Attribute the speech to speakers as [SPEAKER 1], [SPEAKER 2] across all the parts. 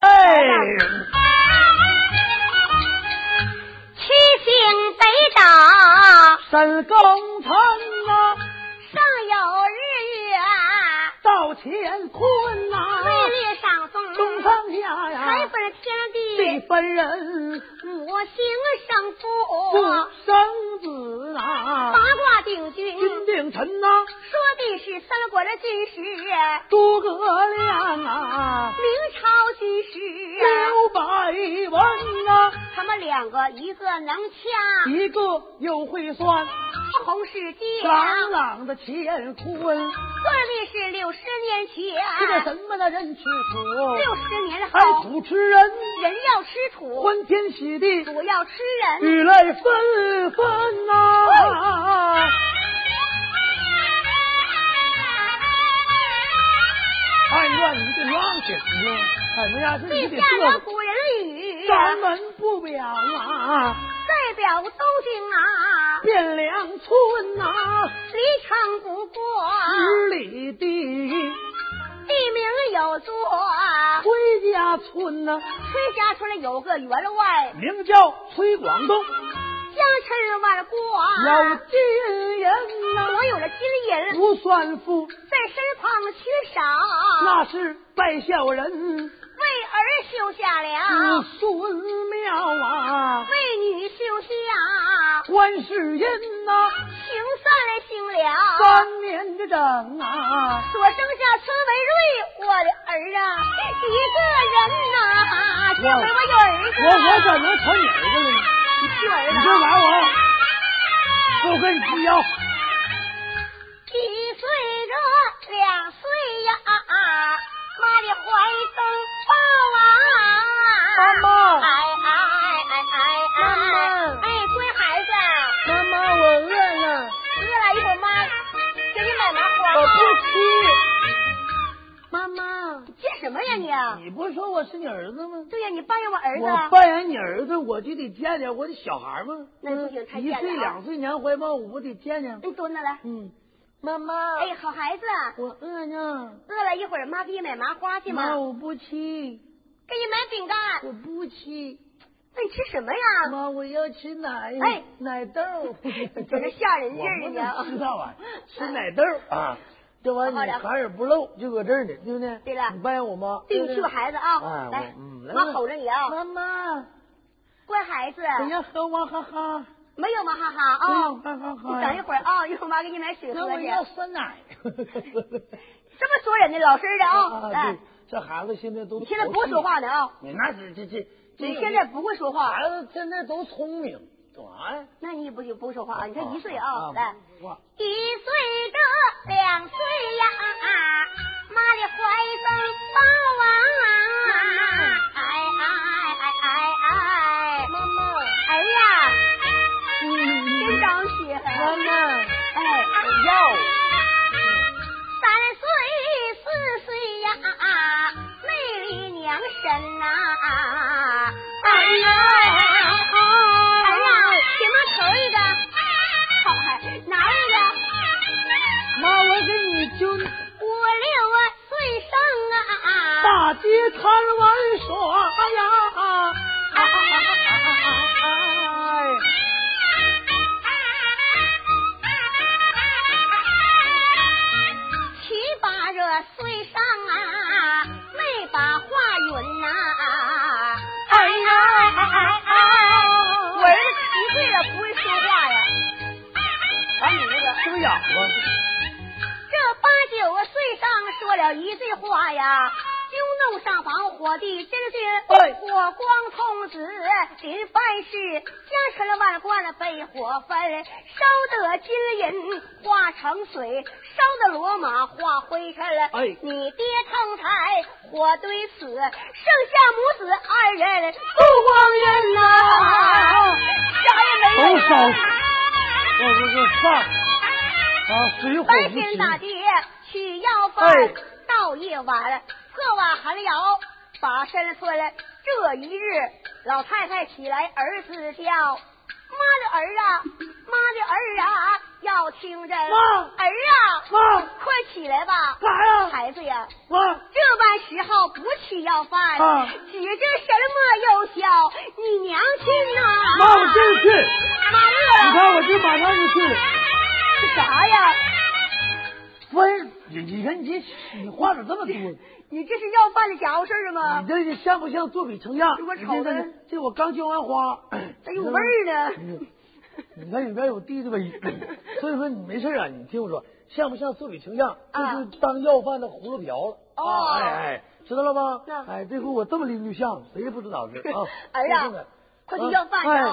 [SPEAKER 1] 哎是功臣呐，
[SPEAKER 2] 上有日月啊，
[SPEAKER 1] 到乾坤呐，
[SPEAKER 2] 位列上风，
[SPEAKER 1] 中上下呀，
[SPEAKER 2] 才分天
[SPEAKER 1] 地
[SPEAKER 2] 地，
[SPEAKER 1] 分人，
[SPEAKER 2] 五行生
[SPEAKER 1] 不
[SPEAKER 2] 父，
[SPEAKER 1] 生子
[SPEAKER 2] 八
[SPEAKER 1] 啊，
[SPEAKER 2] 卦定军，
[SPEAKER 1] 金定臣呐，
[SPEAKER 2] 说的是三国的军师，明
[SPEAKER 1] 诸葛亮啊，
[SPEAKER 2] 朝军师，
[SPEAKER 1] 刘百文呐，
[SPEAKER 2] 他们两个一个能掐，
[SPEAKER 1] 一个又会算，
[SPEAKER 2] 红世界，
[SPEAKER 1] 朗朗的乾坤，
[SPEAKER 2] 算力是六十年
[SPEAKER 1] 这个
[SPEAKER 2] 前，
[SPEAKER 1] 什么呢？人吃
[SPEAKER 2] 六
[SPEAKER 1] 土，
[SPEAKER 2] 十年
[SPEAKER 1] 还
[SPEAKER 2] 后，
[SPEAKER 1] 土吃人，
[SPEAKER 2] 人要吃土，
[SPEAKER 1] 欢天喜地。
[SPEAKER 2] 土要吃人。
[SPEAKER 1] 雨来纷纷啊呐、但愿你这浪姐夫，哎么呀，这你
[SPEAKER 2] 这
[SPEAKER 1] 得
[SPEAKER 2] 下了
[SPEAKER 1] 这
[SPEAKER 2] 古人语，
[SPEAKER 1] 咱们不表啊，
[SPEAKER 2] 代表东京啊，
[SPEAKER 1] 汴梁村呐、
[SPEAKER 2] 离城不过，
[SPEAKER 1] 十里地，
[SPEAKER 2] 地名有座，
[SPEAKER 1] 崔家村呐、
[SPEAKER 2] 崔家村有个员外，
[SPEAKER 1] 名叫崔广东，
[SPEAKER 2] 江城万过，
[SPEAKER 1] 有金银呐、
[SPEAKER 2] 我有了金银
[SPEAKER 1] 不算富，
[SPEAKER 2] 在身旁缺少，
[SPEAKER 1] 那是拜孝人，
[SPEAKER 2] 为儿修下
[SPEAKER 1] 子
[SPEAKER 2] 梁，
[SPEAKER 1] 孙庙啊，
[SPEAKER 2] 为女修下，
[SPEAKER 1] 观世音呐、
[SPEAKER 2] 行善来行了。
[SPEAKER 1] 三年之整啊。
[SPEAKER 2] 所生下崔文瑞，我的儿啊，一个人呐、这回我有
[SPEAKER 1] 我
[SPEAKER 2] 儿子了，
[SPEAKER 1] 我怎么成你儿子了呢？
[SPEAKER 2] 你去儿子
[SPEAKER 1] 你这玩意儿我我跟你不一样，
[SPEAKER 2] 一岁这两岁呀、妈的怀中抱啊，
[SPEAKER 1] 妈妈
[SPEAKER 2] 哎哎哎哎哎，
[SPEAKER 1] 妈妈
[SPEAKER 2] 哎，乖孩子，啊
[SPEAKER 1] 妈妈我饿了，
[SPEAKER 2] 饿了一会儿妈给你买麻花，
[SPEAKER 1] 我不
[SPEAKER 2] 妈妈，你干什么呀你啊？
[SPEAKER 1] 吃。你不是说我是你儿子吗？
[SPEAKER 2] 对呀，你扮演我儿子
[SPEAKER 1] 我
[SPEAKER 2] 了，
[SPEAKER 1] 扮演你儿子，我就得见见我的小孩吗？嗯
[SPEAKER 2] 那不行，太
[SPEAKER 1] 一
[SPEAKER 2] 贱了啊哎
[SPEAKER 1] 岁两岁娘怀抱，我得见见。
[SPEAKER 2] 你蹲着来。
[SPEAKER 1] 嗯，妈妈
[SPEAKER 2] 哎，好孩子，
[SPEAKER 1] 我饿呢，
[SPEAKER 2] 饿了一会儿，妈给你买麻花去吗？
[SPEAKER 1] 妈我不吃，
[SPEAKER 2] 给你买饼干。
[SPEAKER 1] 我不吃，
[SPEAKER 2] 那你吃什么呀？
[SPEAKER 1] 妈我要吃奶，
[SPEAKER 2] 啊哎
[SPEAKER 1] 奶豆。
[SPEAKER 2] 你真是吓人劲儿啊
[SPEAKER 1] 我不能吃
[SPEAKER 2] 呢
[SPEAKER 1] 那玩意儿，吃奶豆 儿啊，这玩意
[SPEAKER 2] 好
[SPEAKER 1] 儿
[SPEAKER 2] 的
[SPEAKER 1] 你含而不漏，就搁这儿呢，对不对？
[SPEAKER 2] 对了
[SPEAKER 1] 你扮演我妈，
[SPEAKER 2] 对
[SPEAKER 1] 不
[SPEAKER 2] 你是个孩子啊！
[SPEAKER 1] 哎我
[SPEAKER 2] 来，
[SPEAKER 1] 嗯来
[SPEAKER 2] 妈
[SPEAKER 1] 吧
[SPEAKER 2] 吼着你啊！
[SPEAKER 1] 妈妈，
[SPEAKER 2] 乖孩子，
[SPEAKER 1] 等下喝娃哈哈，
[SPEAKER 2] 没有妈哈哈
[SPEAKER 1] 哎
[SPEAKER 2] 啊！
[SPEAKER 1] 哈哈
[SPEAKER 2] 你
[SPEAKER 1] 哈。
[SPEAKER 2] 等一会儿啊，一会儿妈给你买水
[SPEAKER 1] 那
[SPEAKER 2] 喝
[SPEAKER 1] 我
[SPEAKER 2] 去。
[SPEAKER 1] 要酸奶。
[SPEAKER 2] 这么说人呢，老实的啊！
[SPEAKER 1] 啊，
[SPEAKER 2] 来
[SPEAKER 1] 对，，这孩子现在都
[SPEAKER 2] 你现在不会说，话呢啊！
[SPEAKER 1] 你那是这这这
[SPEAKER 2] 你现在不会说话，
[SPEAKER 1] 孩子现在都聪明，懂啥呀？
[SPEAKER 2] 那你也不就不会说话啊？你才
[SPEAKER 1] 啊
[SPEAKER 2] 一岁啊！来，，
[SPEAKER 1] 哇
[SPEAKER 2] 一岁这两岁呀、妈的怀中抱啊，哎哎哎哎哎，
[SPEAKER 1] 妈妈，
[SPEAKER 2] 儿呀，真
[SPEAKER 1] 嗯，
[SPEAKER 2] 长血，
[SPEAKER 1] 妈妈，
[SPEAKER 2] 哎，
[SPEAKER 1] 我要。
[SPEAKER 2] 三岁四岁呀、内里娘身呐、哎呀，儿呀，给妈头一个，好孩子，拿一个。
[SPEAKER 1] 妈，我给你揪
[SPEAKER 2] 五六啊岁上啊，
[SPEAKER 1] 大街摊玩耍呀！哎
[SPEAKER 2] 七八这岁上啊，没把话云呐、哎呀哎哎哎！我儿子七岁了，不会说话呀。完你那个。
[SPEAKER 1] 是不是哑巴？
[SPEAKER 2] 这八九个岁上说了一句话呀，惊动上房火地真
[SPEAKER 1] 哎
[SPEAKER 2] 君，火光童子临办事，家臣万贯被火焚，烧得金银化成水，烧得骡马化灰尘。
[SPEAKER 1] 哎
[SPEAKER 2] 你爹腾财火堆死，剩下母子二人不光人呐，啥也没有
[SPEAKER 1] 都烧
[SPEAKER 2] 啊
[SPEAKER 1] 死。我我我上啊，水火
[SPEAKER 2] 白
[SPEAKER 1] 不
[SPEAKER 2] 天
[SPEAKER 1] 侵。
[SPEAKER 2] 打碟去要饭
[SPEAKER 1] 哎，
[SPEAKER 2] 到夜晚破瓦寒窑把身村。这一日，老太太起来，儿子叫：“妈的儿啊，妈的儿啊，要听着，
[SPEAKER 1] 妈
[SPEAKER 2] 儿啊，
[SPEAKER 1] 妈
[SPEAKER 2] 快起来吧，
[SPEAKER 1] 干啥呀？
[SPEAKER 2] 孩子呀。”
[SPEAKER 1] 妈，
[SPEAKER 2] 这般时候不去要饭，
[SPEAKER 1] 啊
[SPEAKER 2] 指着什么又叫你娘亲呐、
[SPEAKER 1] 妈我就是
[SPEAKER 2] 妈饿
[SPEAKER 1] 你看我这马上就去了。
[SPEAKER 3] 这啥呀？
[SPEAKER 1] 分，你你看你你话怎么这么多？
[SPEAKER 3] 你这是要饭的家伙事儿吗
[SPEAKER 1] 你？这个像不像做笔成样？
[SPEAKER 3] 这我
[SPEAKER 1] 你
[SPEAKER 3] 瞅
[SPEAKER 1] 这
[SPEAKER 3] 着
[SPEAKER 1] 这这我刚浇完花，
[SPEAKER 3] 这哎有味儿呢。
[SPEAKER 1] 嗯你看里边有地 位，所以说你没事啊，你听我说，像不像做笔成样？这
[SPEAKER 3] 啊
[SPEAKER 1] 就是当要饭的葫芦瓢了。
[SPEAKER 3] 哦
[SPEAKER 1] 啊哎哎，知道了吗
[SPEAKER 3] 那？。
[SPEAKER 1] 哎，这回我这么拎就像了，谁也不知道是啊
[SPEAKER 3] 儿
[SPEAKER 1] 真是
[SPEAKER 3] 啊
[SPEAKER 1] 的，
[SPEAKER 3] 快去要饭去啊！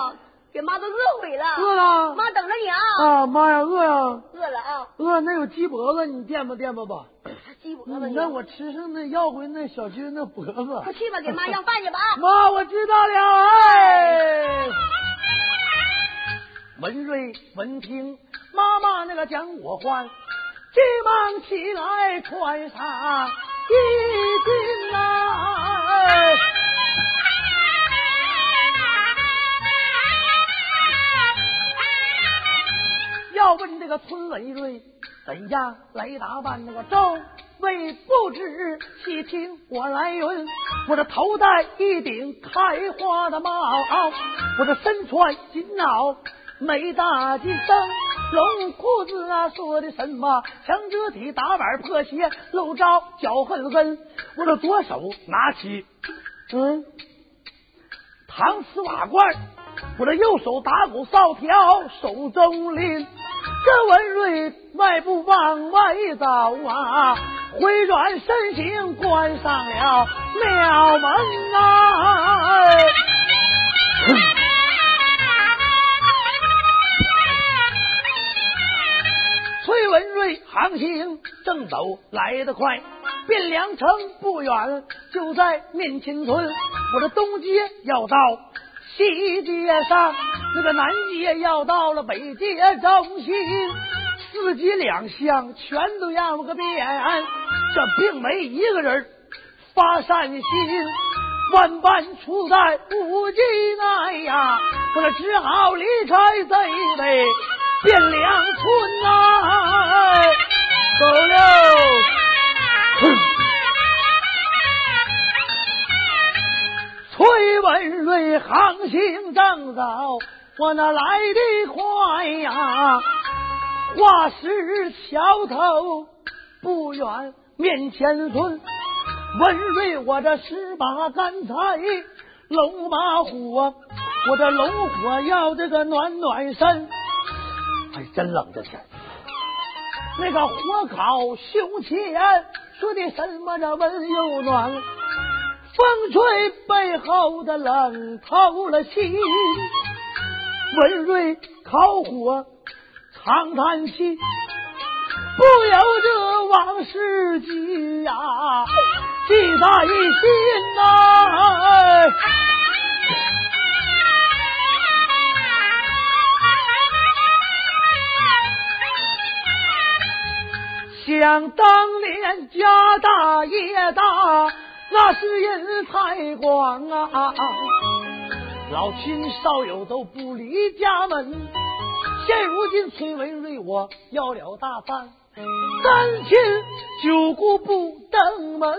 [SPEAKER 3] 给妈都饿毁了。
[SPEAKER 1] 哎饿了
[SPEAKER 3] 妈等着你啊！
[SPEAKER 1] 啊，妈呀，饿呀，
[SPEAKER 3] 饿了啊！
[SPEAKER 1] 饿！那有鸡脖子，你垫吧垫吧吧。
[SPEAKER 3] 还鸡脖子呢
[SPEAKER 1] 你让我吃上嗯那要回那小鸡儿那脖子。
[SPEAKER 3] 快去吧，给 妈要饭去吧啊！
[SPEAKER 1] 妈，我知道了。哎，文瑞闻听妈妈那个讲我欢，急忙起来穿上衣襟来。 要问这个村文瑞怎样来打扮那个周卫不知，细听我来云。我这头戴一顶开花的帽，我这身穿锦袄没大襟灯，龙裤子啊说的什么强遮体打板破鞋，露招脚恨根。我这左手拿起，嗯。搪瓷瓦罐，我这右手打鼓扫条手中拎。这文瑞迈步往外走啊，回转身形关上了庙门啊。崔文瑞航行正走来得快，汴梁城不远，就在面前村。我这东街要到西街上，那个南街要到了北街中心，四街两巷全都让我个遍，这并没一个人发善心。万般出在无计奈呀，我这只好离开这北汴梁村啊，走了。崔文瑞航行正早，我那来得快呀。化石桥头不远，面前村。文瑞，我这十把干柴，龙马火，我这龙火要这个暖暖身。哎，真冷这天。那个火烤胸前，说的什么这温又暖，风吹背后的冷透了心。文瑞烤火长叹气，不由这往事记呀、记在心呐、哎想当年家大业大，那是人才广啊，老亲少友都不离家门。现如今崔文瑞我要了大饭，三亲九姑不登门，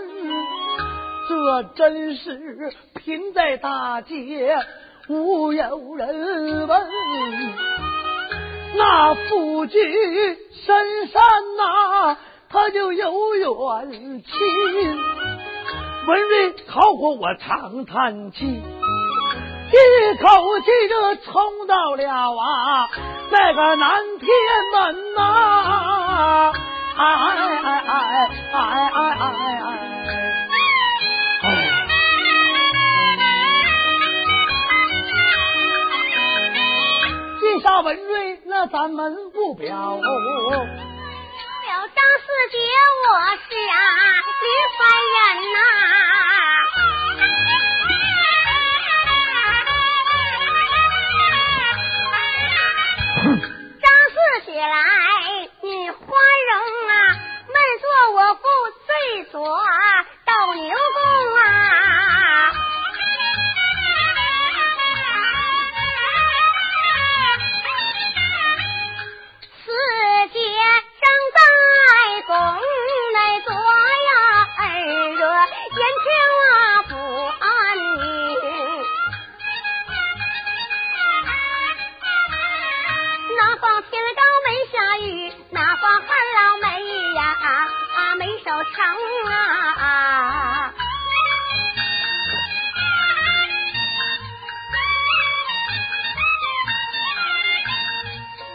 [SPEAKER 1] 这真是贫在大街无有人问。那妇居深山呐、他就有远亲。文瑞烤火，我长叹气，一口气这冲到了啊那个南天门呐、哎哎哎哎哎哎哎哎！哎这下文瑞那咱们不表。
[SPEAKER 2] 了张四姐，我是啊林凡人呐、张四姐来，你花容啊，闷坐我故最左斗牛宫啊。四姐正在宫内左右耳热，眼前我啊啊！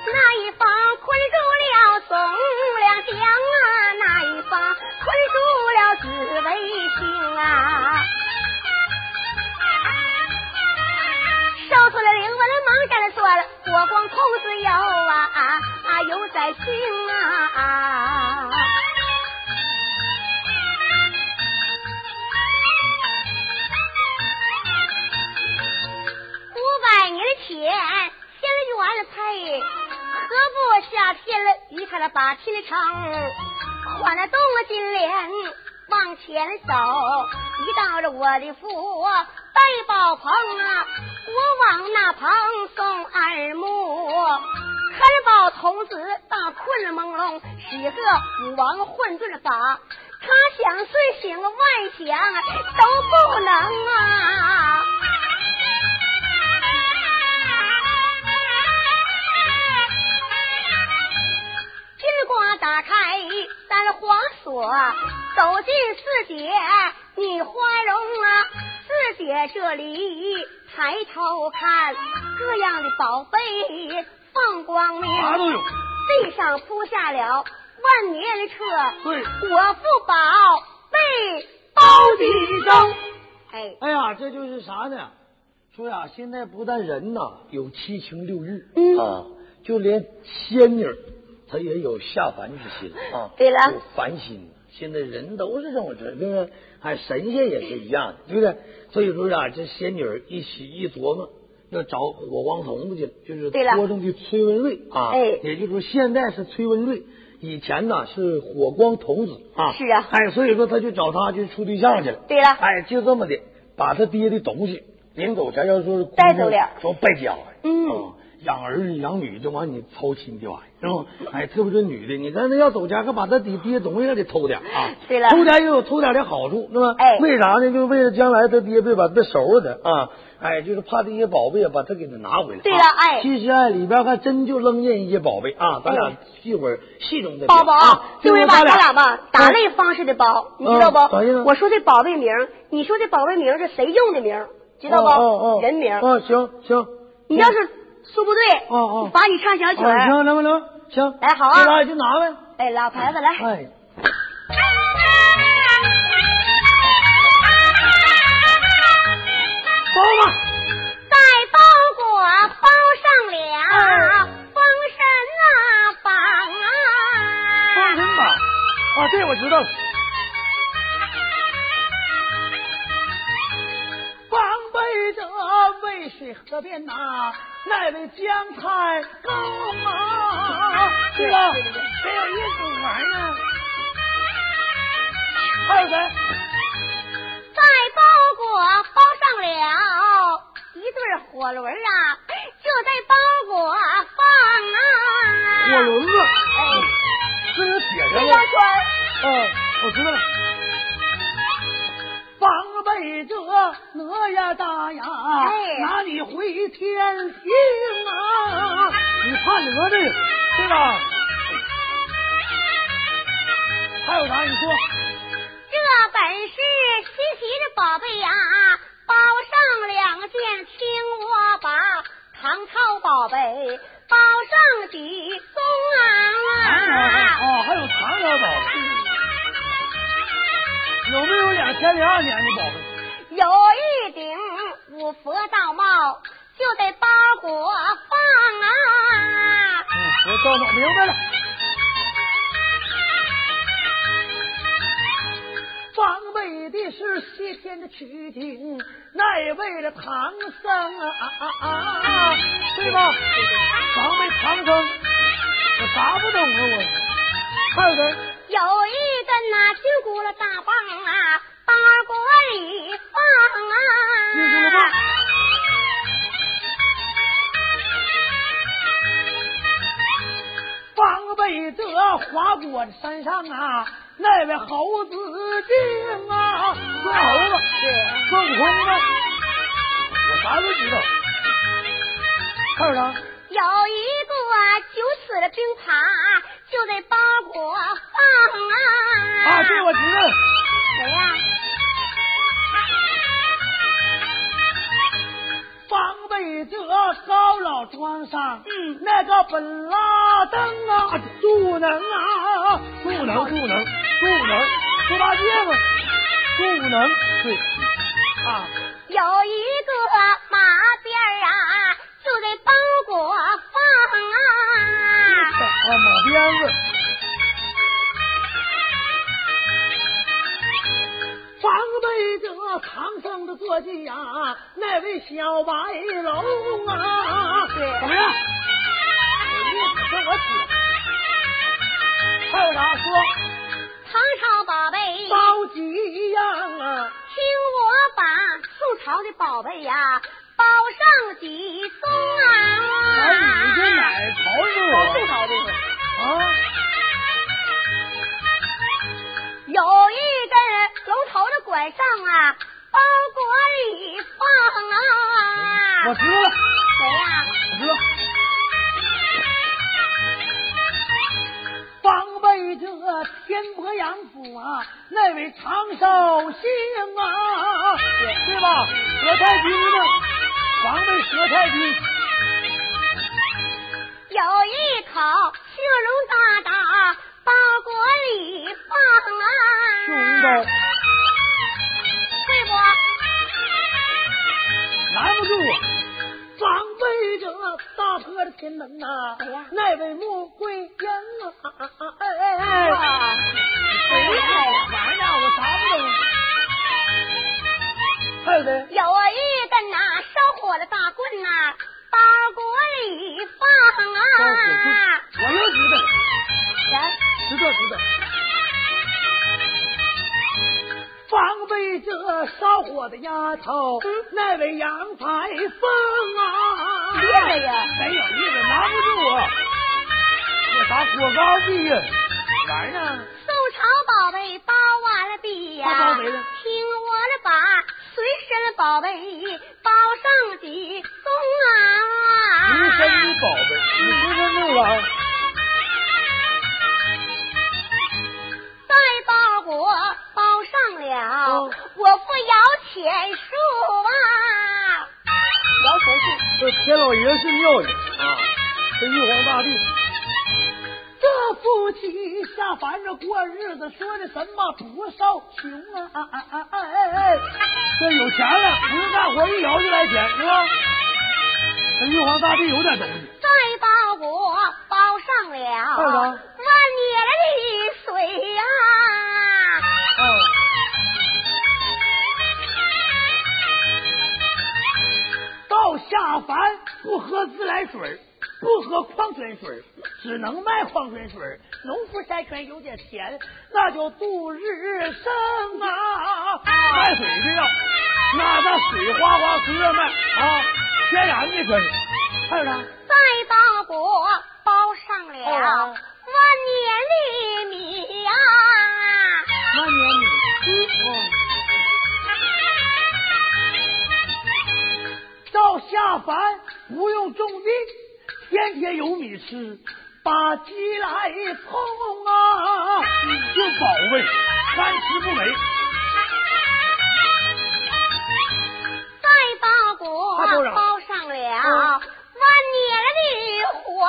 [SPEAKER 2] 那一方困住了总两江啊，那一方困住了紫微星啊。烧出了灵文忙摘了算了，火光空自由啊啊啊，有在心啊啊。五百年的钱，天了完了赔，何不下天了离开了把天的长，款了动了金莲往前走，一到了我的父背宝棚啊，我往那旁送二目，看宝童子大困了朦胧，使个武王混沌法。他想睡醒万想都不能啊！金瓜打开三黄锁，走进四姐女花容啊。四姐这里抬头看，各样的宝贝放光明，
[SPEAKER 1] 啥都有。
[SPEAKER 2] 地上铺下了万年的车，
[SPEAKER 1] 对，
[SPEAKER 2] 国父宝贝
[SPEAKER 1] 包底灯。
[SPEAKER 2] 哎，
[SPEAKER 1] 哎呀，这就是啥呢？说呀，现在不但人呐有七情六欲、
[SPEAKER 2] 嗯
[SPEAKER 1] 啊，就连仙女儿她也有下凡之心啊，
[SPEAKER 2] 对了
[SPEAKER 1] 有凡心。现在人都是这么着，对不对？哎，神仙也是一样的，对不对？所以说呀、这仙女儿一起一琢磨，要找火光童子去了，就是
[SPEAKER 2] 对了
[SPEAKER 1] 郭正去崔文瑞啊，
[SPEAKER 2] 哎
[SPEAKER 1] 也就是说现在是崔文瑞，以前呢是火光童子啊，
[SPEAKER 2] 是啊
[SPEAKER 1] 哎，所以说他就找他去处对象去了，
[SPEAKER 2] 对了
[SPEAKER 1] 哎，就这么的，把他爹的东西临走前要说是
[SPEAKER 2] 带走了
[SPEAKER 1] 说败家了，
[SPEAKER 2] 嗯
[SPEAKER 1] 啊养儿女养女就往你操心的玩意儿，是吧？哎，特别是女的，你看那要走家，可把他爹爹东西也得偷点啊，
[SPEAKER 2] 对了
[SPEAKER 1] 偷点也有偷点的好处，是吧？
[SPEAKER 2] 哎
[SPEAKER 1] 为啥呢？就是为了将来他爹别把别收拾他啊，哎，就是怕这些宝贝啊把他给他拿回来。
[SPEAKER 2] 对了
[SPEAKER 1] 啊
[SPEAKER 2] 哎
[SPEAKER 1] 其实哎里边还真就扔进一些宝贝啊，咱俩
[SPEAKER 2] 哎
[SPEAKER 1] 一会儿细中啊再
[SPEAKER 2] 宝宝，这
[SPEAKER 1] 回
[SPEAKER 2] 回吧，咱俩吧，打
[SPEAKER 1] 那
[SPEAKER 2] 类方式的包，你知
[SPEAKER 1] 嗯
[SPEAKER 2] 道不
[SPEAKER 1] 啥意思？
[SPEAKER 2] 我说的宝贝名，你说的宝贝名是谁用的名，知道
[SPEAKER 1] 哦哦
[SPEAKER 2] 不？
[SPEAKER 1] 哦
[SPEAKER 2] 人名。
[SPEAKER 1] 哦，行行，
[SPEAKER 2] 你要是说不对，
[SPEAKER 1] 哦哦
[SPEAKER 2] 罚你唱小曲
[SPEAKER 1] 哦
[SPEAKER 2] 儿。
[SPEAKER 1] 行，能不能行？
[SPEAKER 2] 哎好啊
[SPEAKER 1] 就拿就拿呗。
[SPEAKER 2] 哎，老牌子来。
[SPEAKER 1] 哎，包吧。
[SPEAKER 2] 在包裹包上了封神啊榜
[SPEAKER 1] 封
[SPEAKER 2] 啊，
[SPEAKER 1] 神榜啊，这我知道。防备着渭水河边呐、那位将太高啊，是吧？
[SPEAKER 2] 对对对
[SPEAKER 1] 这有一种玩意儿。还有谁？
[SPEAKER 2] 在包裹包上了一对火轮啊，就在包裹放啊。
[SPEAKER 1] 火轮子，
[SPEAKER 2] 哎，
[SPEAKER 1] 这有写
[SPEAKER 2] 这
[SPEAKER 1] 着
[SPEAKER 2] 小
[SPEAKER 1] 了。
[SPEAKER 2] 曲儿。
[SPEAKER 1] 嗯，我知道了。防备着哪呀大呀，
[SPEAKER 2] 哎
[SPEAKER 1] 拿你回天庭啊！你怕哪吒，对吧？还有啥？你说
[SPEAKER 2] 这本是稀奇的宝贝呀、包上两件青窝把，唐朝宝贝包上几松
[SPEAKER 1] 唐朝
[SPEAKER 2] 啊。
[SPEAKER 1] 哦，还有唐朝宝贝，有没有两千零二年的宝贝？
[SPEAKER 2] 有一顶五佛道帽，就得包裹放啊。
[SPEAKER 1] 嗯，我告诉你，明白了。防备的是西天的取经，那位的唐僧啊啊啊啊，对吧？防备唐僧，我啥不懂啊我。还有人，
[SPEAKER 2] 有一根呐、金箍了大棒啊，包裹里放啊。
[SPEAKER 1] 金箍了棒防备这花果山上啊，那位猴子精啊，孙猴子，孙悟空啊，我啥都知道。还有啥？
[SPEAKER 2] 有一个九尺水的冰碴就得包裹放啊！
[SPEAKER 4] 嗯
[SPEAKER 1] 啊，对，我知道。
[SPEAKER 2] 谁呀、
[SPEAKER 1] 防备这高老庄上，嗯，那个本拉登啊，助能啊，
[SPEAKER 4] 助能助能助能
[SPEAKER 1] 猪八戒嘛，
[SPEAKER 4] 助能，对
[SPEAKER 1] 啊，
[SPEAKER 2] 有一个麻辫儿啊，就得包裹放啊！
[SPEAKER 1] 啊马鞭子，防备这唐僧的坐骑呀、那位小白龙啊，
[SPEAKER 2] 对
[SPEAKER 1] 怎么样？你跟我起，还有啥说？
[SPEAKER 2] 唐朝宝贝，听
[SPEAKER 1] 包几样啊？
[SPEAKER 2] 我把宋朝的宝贝呀、包上几松啊！
[SPEAKER 1] 哎，你这哪儿朝着我？
[SPEAKER 2] 宋朝的
[SPEAKER 1] 啊，
[SPEAKER 2] 有一根龙头的拐杖啊，包裹里放啊。
[SPEAKER 1] 我知道了，
[SPEAKER 2] 谁呀、
[SPEAKER 1] 我知道。防备这天婆杨府啊，那位长寿星啊，对吧？佘太君呢？防备佘太君，
[SPEAKER 2] 有一口青龙大刀包裹里放啊。
[SPEAKER 1] 胸包
[SPEAKER 2] 会不？
[SPEAKER 1] 拦不住我。防备这大坡的天门呐、
[SPEAKER 2] 哎呀
[SPEAKER 1] 那位穆桂英啊，哎哎哎，
[SPEAKER 2] 哇
[SPEAKER 1] 谁好玩呢？我啥不懂。还有呢？
[SPEAKER 2] 有一根呐、烧火的大棍呐、包裹里放
[SPEAKER 1] 烧火
[SPEAKER 2] 啊。
[SPEAKER 1] 棍，我又知道，
[SPEAKER 2] 人
[SPEAKER 1] 知道知道。防备这烧火的丫头，那位杨排风啊，
[SPEAKER 2] 厉害呀！
[SPEAKER 1] 真有意思，拿不住啊我。我啥火高毕
[SPEAKER 2] 啊
[SPEAKER 1] 业，玩呢？
[SPEAKER 2] 宋朝宝贝包完了币呀、
[SPEAKER 1] 包包没
[SPEAKER 2] 听我
[SPEAKER 1] 了
[SPEAKER 2] 的把随身的宝贝包上几松啊！
[SPEAKER 4] 随身的宝贝，你随身没有啥？
[SPEAKER 2] 再包裹包上了，
[SPEAKER 1] 哦
[SPEAKER 2] 我付摇钱树啊！
[SPEAKER 1] 摇钱树，
[SPEAKER 4] 这天老爷是庙里啊，这玉皇大帝
[SPEAKER 1] 这夫妻下凡这过日子，说的什么不少穷啊！啊啊啊哎哎哎！
[SPEAKER 4] 这有钱了，不用干活一摇就来钱，是吧？这玉皇大帝有点东西，
[SPEAKER 2] 再包裹包上了，
[SPEAKER 4] 干啥
[SPEAKER 2] 万年的水呀、
[SPEAKER 4] 啊，
[SPEAKER 1] 到下凡不喝自来水，不喝矿泉水，只能卖矿泉水。农夫山泉有点甜，那就度日生啊！
[SPEAKER 4] 卖水去了，那那水哗哗直着卖啊，天然的全是。
[SPEAKER 1] 还有啥？
[SPEAKER 2] 再包裹包上了，
[SPEAKER 1] 哦啊
[SPEAKER 2] 万年的米呀、
[SPEAKER 1] 那年你，哦，到下凡不用种地，天天有米吃，把鸡来碰啊！
[SPEAKER 4] 就宝贝，三吃不 没。
[SPEAKER 2] 再包裹
[SPEAKER 1] 啊多少
[SPEAKER 2] 包上了，
[SPEAKER 1] 啊
[SPEAKER 2] 万年的火呀、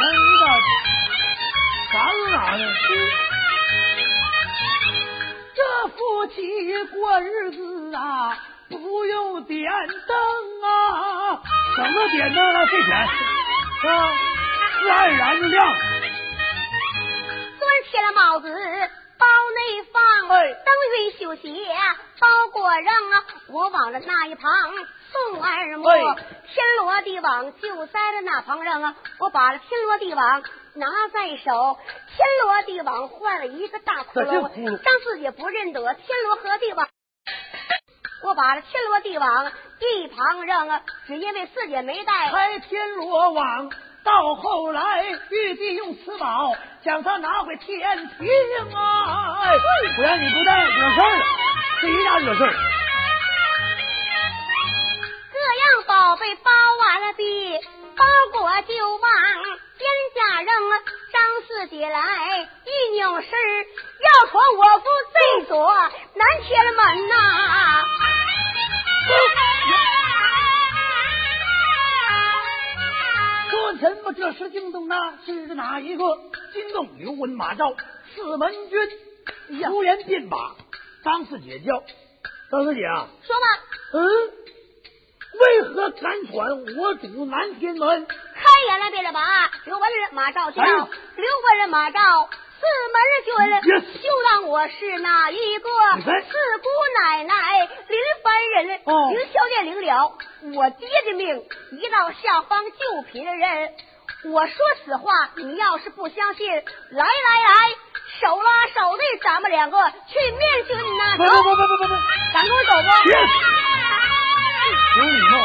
[SPEAKER 4] 你看你把啥是啥呢？
[SPEAKER 1] 这夫妻过日子啊，不用点灯啊，
[SPEAKER 4] 省得点灯了费钱，是吧？自然而然就亮。
[SPEAKER 2] 端起了帽子包内放，登云绣鞋包裹扔啊，我往了那一旁送二木，
[SPEAKER 1] 哎
[SPEAKER 2] 天罗地网就在了那旁扔啊，我把了天罗地网。拿在手，天罗地网换了一个大窟
[SPEAKER 1] 在这
[SPEAKER 2] 窿，
[SPEAKER 1] 窟窿
[SPEAKER 2] 让自己不认得天罗和地网。我把了天罗地网一旁扔啊，只因为自己没带。
[SPEAKER 1] 开天罗网。到后来，玉帝用此宝将他拿回天庭啊！哎
[SPEAKER 4] 不让你不带惹事儿了，这一下惹事儿。
[SPEAKER 2] 各样宝贝包完了币，包裹就往起来，哎一扭身儿要从我屋这左南天门呐、
[SPEAKER 4] 说什么这是京东呐，是哪一个？京东刘文马照四门军，无人便把张四姐叫。张四姐啊，
[SPEAKER 2] 说吧，
[SPEAKER 4] 嗯，为何敢闯我主南天门？
[SPEAKER 2] 开眼了别了吧？刘文人马照叫，
[SPEAKER 4] 哎
[SPEAKER 2] 刘文人马照。四门军，
[SPEAKER 4] Yes
[SPEAKER 2] 就当我是哪一个？
[SPEAKER 4] 你
[SPEAKER 2] 四
[SPEAKER 4] 看
[SPEAKER 2] 姑奶奶临番人，
[SPEAKER 4] 哦
[SPEAKER 2] 云霄殿领了我爹的命，一到下方救贫人。我说此话，你要是不相信，来来来，手拉手的，咱们两个去面君呐、
[SPEAKER 4] 不
[SPEAKER 2] 走，
[SPEAKER 4] 不不不不不不，
[SPEAKER 2] 咱跟我走不？
[SPEAKER 4] Yes
[SPEAKER 2] 有
[SPEAKER 4] 有礼貌。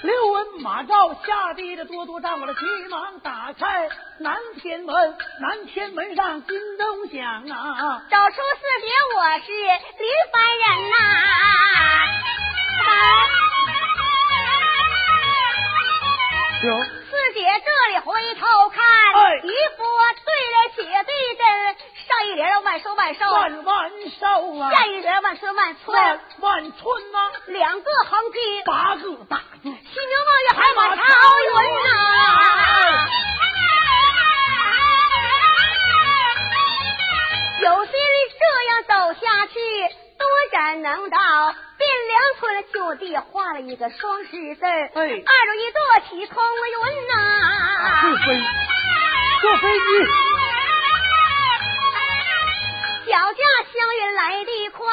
[SPEAKER 4] 刘文马照下地的多多丈夫了，急忙打开南天门，南天门上金钟响啊！
[SPEAKER 2] 走出四姐，我是林凡人呐、
[SPEAKER 4] 行，
[SPEAKER 2] 四姐这里回头看，
[SPEAKER 4] 哎
[SPEAKER 2] 一波对了姐对阵，上一联万寿万寿，
[SPEAKER 4] 万万寿啊！
[SPEAKER 2] 下一联万春万
[SPEAKER 4] 万
[SPEAKER 2] 春，
[SPEAKER 4] 万春啊！
[SPEAKER 2] 两个横批，
[SPEAKER 4] 八个大字，
[SPEAKER 2] 西牛望月海马朝云呐、有些人这样走下去，多然能到汴梁村就地画了一个双十字儿，
[SPEAKER 4] 哎
[SPEAKER 2] 二路一座起空云呐、
[SPEAKER 4] 是非坐飞机。
[SPEAKER 2] 脚下祥云来得快，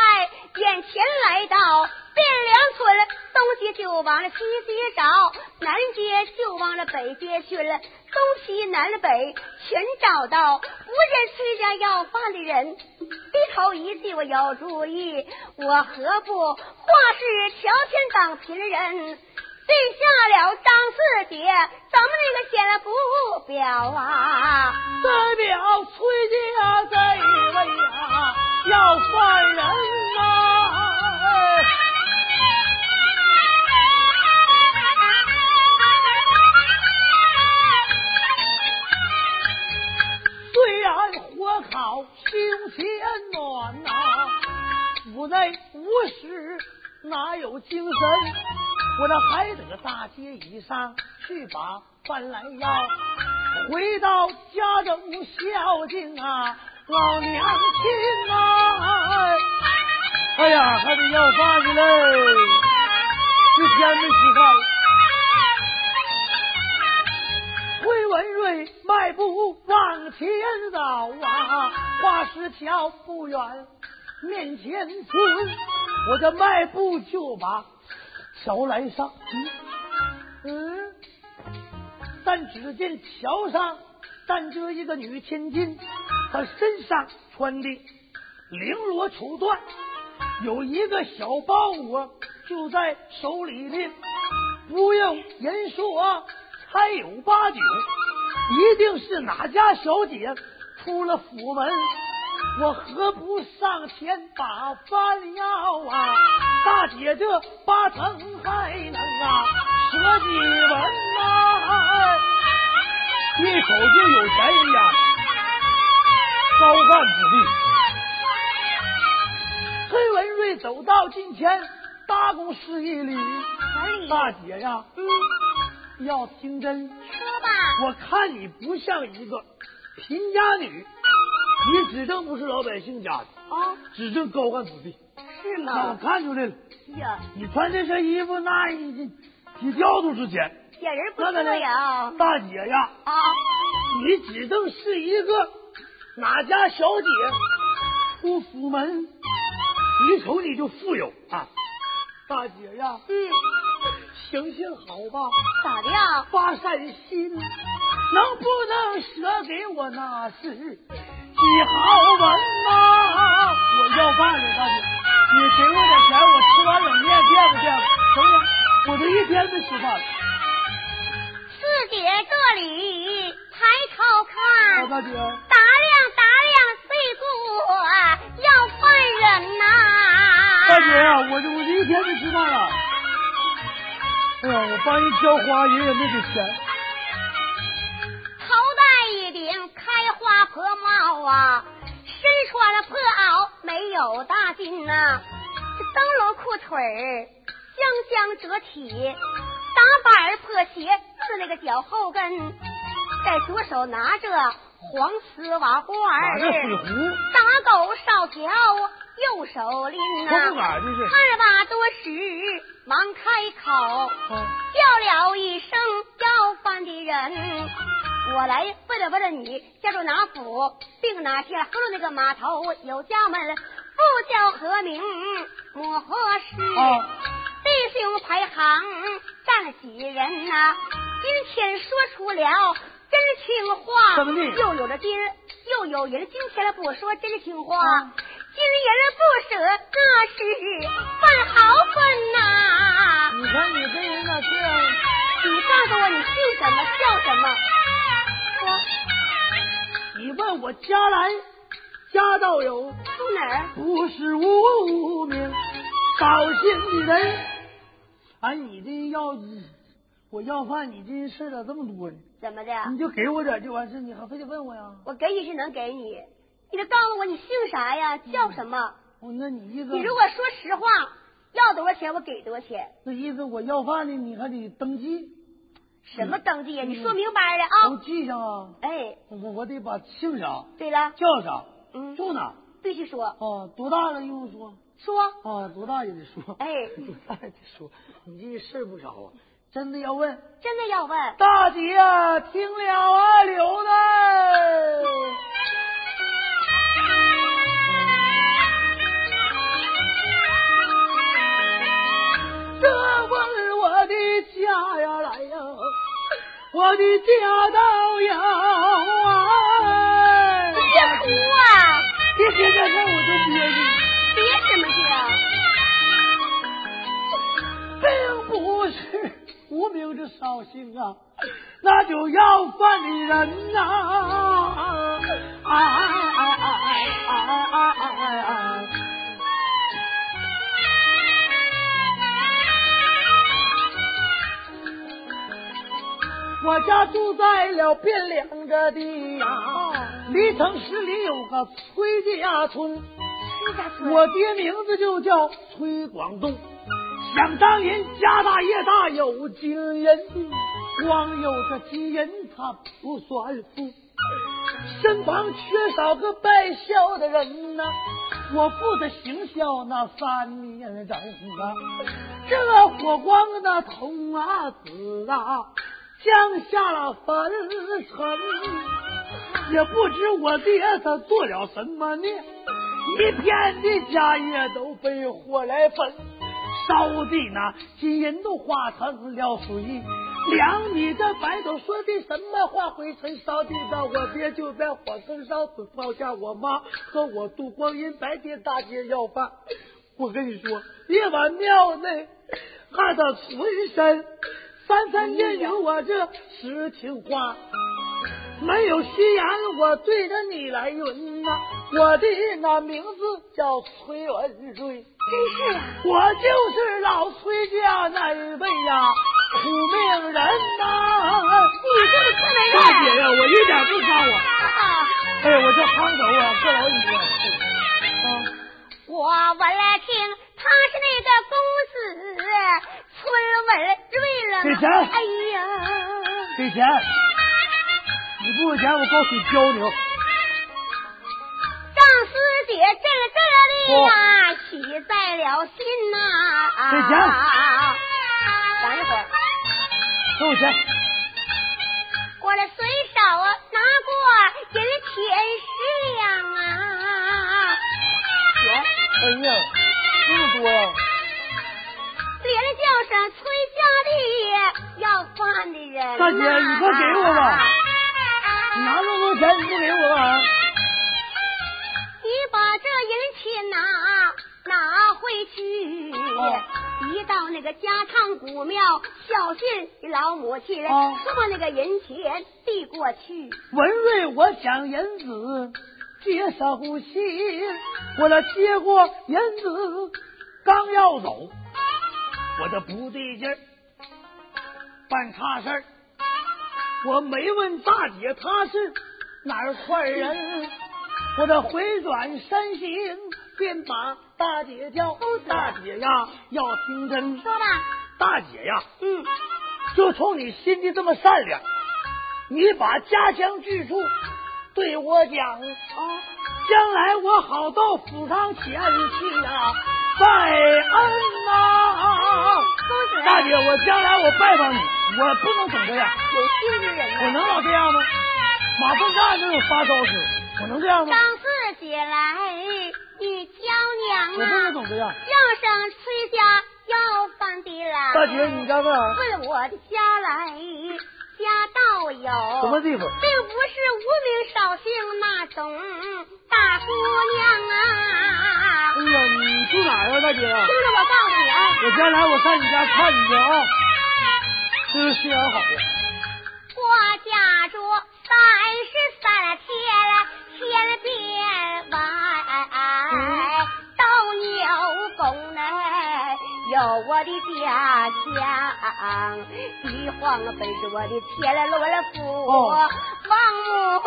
[SPEAKER 2] 眼前来到汴梁村，东街就往了西街找，南街就往了北街去了，东西南北全找到，无人吃家要饭的人。低头一记，我有主意，我何不化是乔迁当贫人？对下了张四姐，咱们那个显了不表啊。
[SPEAKER 4] 代表崔家这位啊，要犯人呐、虽然火烤胸前暖呐、府内无食哪有精神？我这还得大街以上去把饭来要，回到家中孝敬啊老娘亲啊！
[SPEAKER 3] 哎呀，还得要饭去嘞，一天没吃饭了。
[SPEAKER 4] 崔文瑞迈步往前走啊，花石桥不远面前村，我这迈步就把桥来上，嗯嗯，但只见桥上站着一个女千金，她身上穿的绫罗绸缎，有一个小包裹就在手里面，不用人说、猜有八九，一定是哪家小姐出了府门。我何不上前把饭要啊？大姐这八成还能啊，舍几文呐、
[SPEAKER 3] 一口就有钱人家，高干子弟。
[SPEAKER 4] 崔文瑞走到近前，搭躬施一礼：“大姐呀，嗯，要听真，
[SPEAKER 2] 说吧，
[SPEAKER 4] 我看你不像一个贫家女，你指定不是老百姓家的，
[SPEAKER 2] 哦
[SPEAKER 5] 啊，
[SPEAKER 4] 指定高干子弟。
[SPEAKER 5] 是
[SPEAKER 4] 那我
[SPEAKER 5] 吗？
[SPEAKER 4] 看出来了，
[SPEAKER 2] 哎
[SPEAKER 5] 呀，
[SPEAKER 4] 你穿这身衣服，那一几调度之前，
[SPEAKER 5] 显人不这
[SPEAKER 4] 那
[SPEAKER 5] 样
[SPEAKER 4] 呀
[SPEAKER 5] 啊，
[SPEAKER 4] 大姐呀，
[SPEAKER 5] 啊，
[SPEAKER 4] 你指定是一个哪家小姐出府门，一瞅你就富有啊！大姐呀，
[SPEAKER 5] 嗯，
[SPEAKER 4] 行行好吧，
[SPEAKER 5] 咋的呀？
[SPEAKER 4] 发善心，能不能舍给我那是几毫文呐、
[SPEAKER 3] 我要饭了，大姐，你给我点钱，我吃碗冷面垫
[SPEAKER 4] 哎
[SPEAKER 3] 吧垫吧，行不行？我这一天没吃
[SPEAKER 4] 啊
[SPEAKER 3] 饭了。
[SPEAKER 2] 四姐这里抬头看
[SPEAKER 3] 老，大姐，
[SPEAKER 2] 打量打量这股啊要犯人呐、
[SPEAKER 3] 大姐啊，我这我这一天没吃饭了。哎呀，我帮人浇花，人也没给钱。
[SPEAKER 2] 头戴一顶破帽啊，身穿了破袄，没有大襟呐、这灯笼裤腿儿将将折起，打板儿破鞋是那个脚后跟，在左手拿着黄丝瓦罐
[SPEAKER 1] 拿
[SPEAKER 2] 儿，
[SPEAKER 1] 着水壶，
[SPEAKER 2] 打狗烧条，右手拎
[SPEAKER 1] 光
[SPEAKER 2] 呐、
[SPEAKER 1] 不敢这是。
[SPEAKER 2] 二把多时，忙开口。
[SPEAKER 4] 哦
[SPEAKER 1] 啊
[SPEAKER 2] 叫了一声要饭的人，我来问了问了你，家住哪府，并哪县，河路那个码头有家门，不叫何名，母何氏。
[SPEAKER 1] 啊
[SPEAKER 2] 弟兄排行站了几人呐、今天说出了真情话，
[SPEAKER 1] 怎么的
[SPEAKER 2] 又有了今儿，又有人今天不说真情话，
[SPEAKER 1] 哦
[SPEAKER 2] 今人不舍，那是犯豪分呐、
[SPEAKER 1] 你看你这人咋这样？
[SPEAKER 2] 你告诉我你姓什么叫什么？我
[SPEAKER 1] 你问我家来，家道有，
[SPEAKER 2] 住哪儿？
[SPEAKER 1] 不是无名，高兴的人。哎，你这要，我要饭，你这事儿咋这么多呢？
[SPEAKER 2] 怎么的？
[SPEAKER 1] 你就给我点儿就完事，你还非得问我呀？
[SPEAKER 2] 我给你是能给你，你得告诉我你姓啥呀，叫什么？
[SPEAKER 1] 我那你意思，
[SPEAKER 2] 你如果说实话，要多少钱我给多少钱，
[SPEAKER 1] 那意思我要饭的，你还得登记，
[SPEAKER 2] 什么登记呀？
[SPEAKER 1] 嗯
[SPEAKER 2] 你说明白了
[SPEAKER 1] 都
[SPEAKER 2] 啊！
[SPEAKER 1] 记上啊。
[SPEAKER 2] 哎，
[SPEAKER 1] 我我得把姓啥、
[SPEAKER 2] 对了，
[SPEAKER 1] 叫啥、
[SPEAKER 2] 嗯，
[SPEAKER 1] 住 哪儿
[SPEAKER 2] 必须说
[SPEAKER 1] 啊，多大了用说
[SPEAKER 2] 说，
[SPEAKER 1] 啊，多大也得说，
[SPEAKER 2] 哎，
[SPEAKER 1] 多大也得说。你这事儿不少啊，真的要问
[SPEAKER 2] 真的要问，
[SPEAKER 1] 大姐啊，听了啊，刘子。这问我的家呀来呀，我的家道呀，哎
[SPEAKER 2] 别哭啊，
[SPEAKER 1] 别别这事儿我都憋屈，
[SPEAKER 2] 别什么劲啊，
[SPEAKER 1] 并不是无名之烧心啊，那就要饭的人呐、啊，哎哎哎哎哎哎哎哎，我家住在了汴梁这地呀、
[SPEAKER 2] 哦
[SPEAKER 1] 离城十里有个崔家村。
[SPEAKER 2] 崔家村，
[SPEAKER 1] 我爹名字就叫崔广栋，想当年家大业大有金人，光有这金人他不算数，身旁缺少个拜孝的人呐、我负责行孝那三年整啊，这火光那童啊子啊，降下了凡尘，也不知我爹他做了什么孽。一片的家业都被火来焚，烧的那金银都化成了水。两米的白头说的什么话？灰尘烧地上，我爹就在火坑烧死，抛下我妈和我度光阴。白天大街要饭，我跟你说，夜晚庙内看他浑身，三三见有我这实情话。没有虚言，我对着你来云呐、我的那名字叫崔文瑞，
[SPEAKER 2] 真是啊，
[SPEAKER 1] 我就是老崔家那位呀、苦命人呐、
[SPEAKER 2] 你这个村委
[SPEAKER 1] 大
[SPEAKER 2] 员。
[SPEAKER 1] 姐呀，我一点不招啊！
[SPEAKER 2] 啊
[SPEAKER 1] 哎呀，我这薅头啊，不老远啊！
[SPEAKER 2] 我闻了听，他是那个公子村文瑞了吗。
[SPEAKER 1] 给钱
[SPEAKER 2] 哎呀，
[SPEAKER 1] 给钱，你不给钱我高水浇你！
[SPEAKER 2] 张师姐这个这的呀，喜在了心呐、
[SPEAKER 1] 给钱
[SPEAKER 2] 等一会儿，
[SPEAKER 1] 给我钱，
[SPEAKER 2] 我这随手啊拿过人钱十两啊，
[SPEAKER 1] 哎呀，这么多呀、
[SPEAKER 2] 连叫声崔家的要饭的人、呐啊
[SPEAKER 1] 大姐你快给我吧你拿那么多钱你不给我干啊啥？
[SPEAKER 2] 你把这银钱拿拿回去，
[SPEAKER 1] 哦
[SPEAKER 2] 一到那个家堂古庙孝敬你老母亲，
[SPEAKER 1] 哦
[SPEAKER 2] 说把那个银钱递过去。
[SPEAKER 1] 文瑞，我想银子接手心，我这接过银子，刚要走，我这不对劲儿，办差事儿。我没问大姐她是，
[SPEAKER 4] 哪儿快人？我这回转身形，便把大姐叫。大姐呀，要听真。
[SPEAKER 2] 说吧，
[SPEAKER 4] 大姐呀，
[SPEAKER 2] 嗯，
[SPEAKER 4] 就冲你心地这么善良，你把家乡住处对我讲，
[SPEAKER 2] 哦，
[SPEAKER 4] 将来我好到府上前去呀，拜恩哦呐、
[SPEAKER 2] 公子，
[SPEAKER 4] 大姐，我将来我拜访你，我不能总这样，
[SPEAKER 2] 有性之人啊
[SPEAKER 4] 我
[SPEAKER 2] 呐。
[SPEAKER 4] 能老这样吗？马粪蛋都有发烧时，我能这样吗？
[SPEAKER 2] 张四姐来，你娇娘
[SPEAKER 4] 我不能
[SPEAKER 2] 啊，
[SPEAKER 4] 总这样。
[SPEAKER 2] 让声崔家要饭的啦。
[SPEAKER 4] 大姐，你干啥？
[SPEAKER 2] 问我的家来，家道有
[SPEAKER 4] 什么地方？
[SPEAKER 2] 并不是无名少姓那种大姑娘啊。
[SPEAKER 4] 哎呀，你住哪儿啊，大姐啊
[SPEAKER 2] 听？着，我告诉你啊，
[SPEAKER 4] 我将来我上你家看你去啊，这是心眼好呀。
[SPEAKER 2] 我家住三十三天天边外，到牛宫内有我的家乡，一晃本是我的天罗了府，
[SPEAKER 4] 哦
[SPEAKER 2] 王母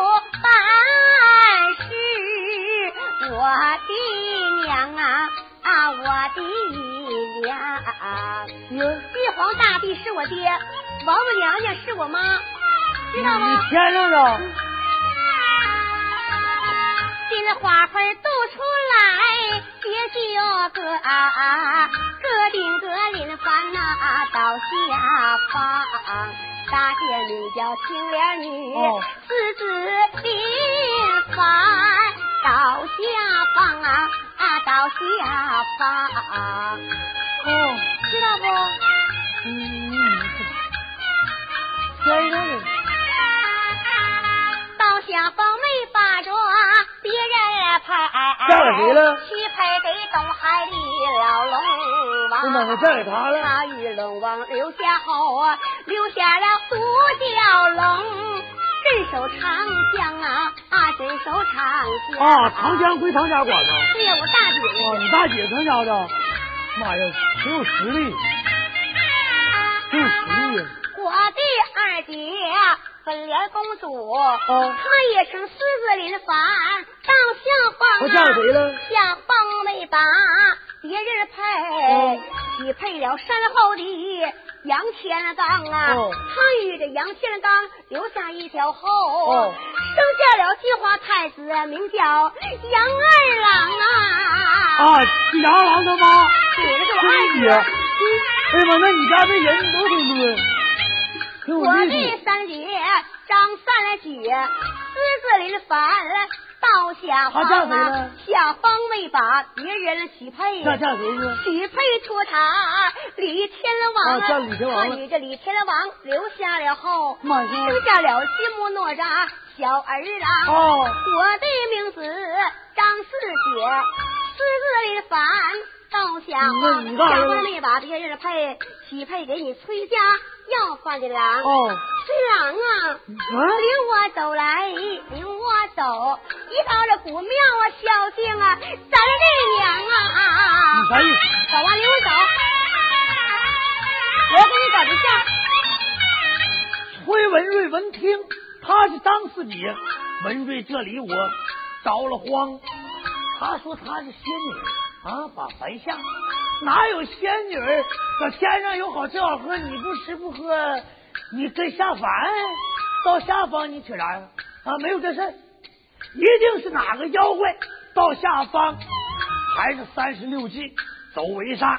[SPEAKER 2] 办事，我的娘啊，啊我的娘。
[SPEAKER 4] 嗯
[SPEAKER 2] 玉皇大帝是我爹，王母娘娘是我妈，知道吗？
[SPEAKER 4] 你天上的，
[SPEAKER 2] 进了花盆儿渡出来，别就个啊，个顶个林翻呐、到下方。大姐名叫青莲女，
[SPEAKER 4] 哦
[SPEAKER 2] 四子林翻到下方啊，啊到下方，啊
[SPEAKER 4] 哦，
[SPEAKER 2] 知道不？
[SPEAKER 4] 嗯，天上的，
[SPEAKER 2] 到下方没把着别人拍，
[SPEAKER 4] 嫁给谁了
[SPEAKER 2] 去配给东海的老龙
[SPEAKER 4] 我奶奶
[SPEAKER 2] 王。
[SPEAKER 4] 嫁给他了。
[SPEAKER 2] 他与龙王留下后啊，留下了独角龙，镇守长江啊啊，镇守长江
[SPEAKER 4] 啊，长江归唐家管呢。
[SPEAKER 2] 对呀，我大姐
[SPEAKER 4] 哇，你大姐这家伙，妈呀，挺有实力，
[SPEAKER 2] 啊
[SPEAKER 4] 挺有实力呀。
[SPEAKER 2] 我的二姐本莲公主，
[SPEAKER 4] 哦
[SPEAKER 2] 她也是四子林凡当相方啊，
[SPEAKER 4] 她嫁给谁了
[SPEAKER 2] 相方没把别人配
[SPEAKER 4] 哦，
[SPEAKER 2] 匹配了山后的杨千刚啊，
[SPEAKER 4] 哦
[SPEAKER 2] 他与这杨千刚留下一条后，
[SPEAKER 4] 哦
[SPEAKER 2] 生下了金花太子，名叫杨二郎啊，
[SPEAKER 4] 啊，这杨二郎他妈，
[SPEAKER 2] 这个是我
[SPEAKER 4] 是
[SPEAKER 2] 二
[SPEAKER 4] 你姐。
[SPEAKER 2] 姐。
[SPEAKER 4] 啊
[SPEAKER 2] 嗯
[SPEAKER 4] 哎呀妈，那你家这人都挺多，挺有
[SPEAKER 2] 我
[SPEAKER 4] 意
[SPEAKER 2] 的
[SPEAKER 4] 思。
[SPEAKER 2] 三姐张三姐，狮子林凡到下
[SPEAKER 4] 他嫁
[SPEAKER 2] 方
[SPEAKER 4] 谁
[SPEAKER 2] 啊
[SPEAKER 4] 了，
[SPEAKER 2] 下方未把别人许配，
[SPEAKER 4] 那嫁谁去？
[SPEAKER 2] 许配出他李天王，
[SPEAKER 4] 啊嫁李天王
[SPEAKER 2] 他
[SPEAKER 4] 了
[SPEAKER 2] 与这李天王留下了后，
[SPEAKER 4] 妈呀！
[SPEAKER 2] 生下了金木哪吒小儿郎。
[SPEAKER 4] 哦，
[SPEAKER 2] 我的名字张四姐，狮子林凡。到下
[SPEAKER 4] 那
[SPEAKER 2] 方，
[SPEAKER 4] 你干啥
[SPEAKER 2] 下
[SPEAKER 4] 了
[SPEAKER 2] 方没把别人配，许配给你崔家要饭的郎。
[SPEAKER 4] 哦，
[SPEAKER 2] 是郎啊，
[SPEAKER 4] 啊，
[SPEAKER 2] 领我走来，领我走，一到这古庙啊，孝敬啊，咱这娘啊
[SPEAKER 4] 你，啥意思？
[SPEAKER 2] 走啊，领我走，我要跟你搞对象。
[SPEAKER 4] 崔文瑞闻听，他是当四姐，文瑞这里我着了慌。他说他是仙女啊，把白下哪有仙女儿搁天上有好吃好喝，你不吃不喝，你跟下凡到下方你扯啥呀？啊，没有这事儿，一定是哪个妖怪到下方，还是三十六计走为上。